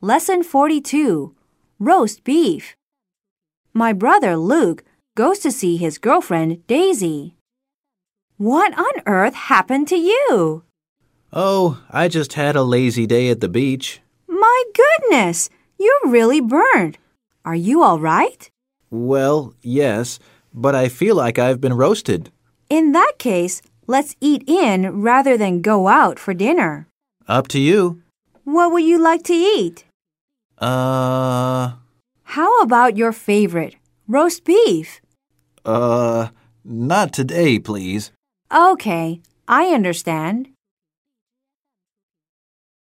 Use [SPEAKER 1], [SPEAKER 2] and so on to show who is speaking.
[SPEAKER 1] Lesson 42 Roast Beef. My brother Luke goes to see his girlfriend Daisy. What on earth happened to you?
[SPEAKER 2] Oh, I just had a lazy day at the beach.
[SPEAKER 1] My goodness, you're really burned. Are you all right?
[SPEAKER 2] Well, yes, but I feel like I've been roasted.
[SPEAKER 1] In that case, let's eat in rather than go out for dinner.
[SPEAKER 2] Up to you.
[SPEAKER 1] What would you like to eat?
[SPEAKER 2] Uh,
[SPEAKER 1] How about your favorite, roast beef?
[SPEAKER 2] uh, not today, please.
[SPEAKER 1] Okay, I understand.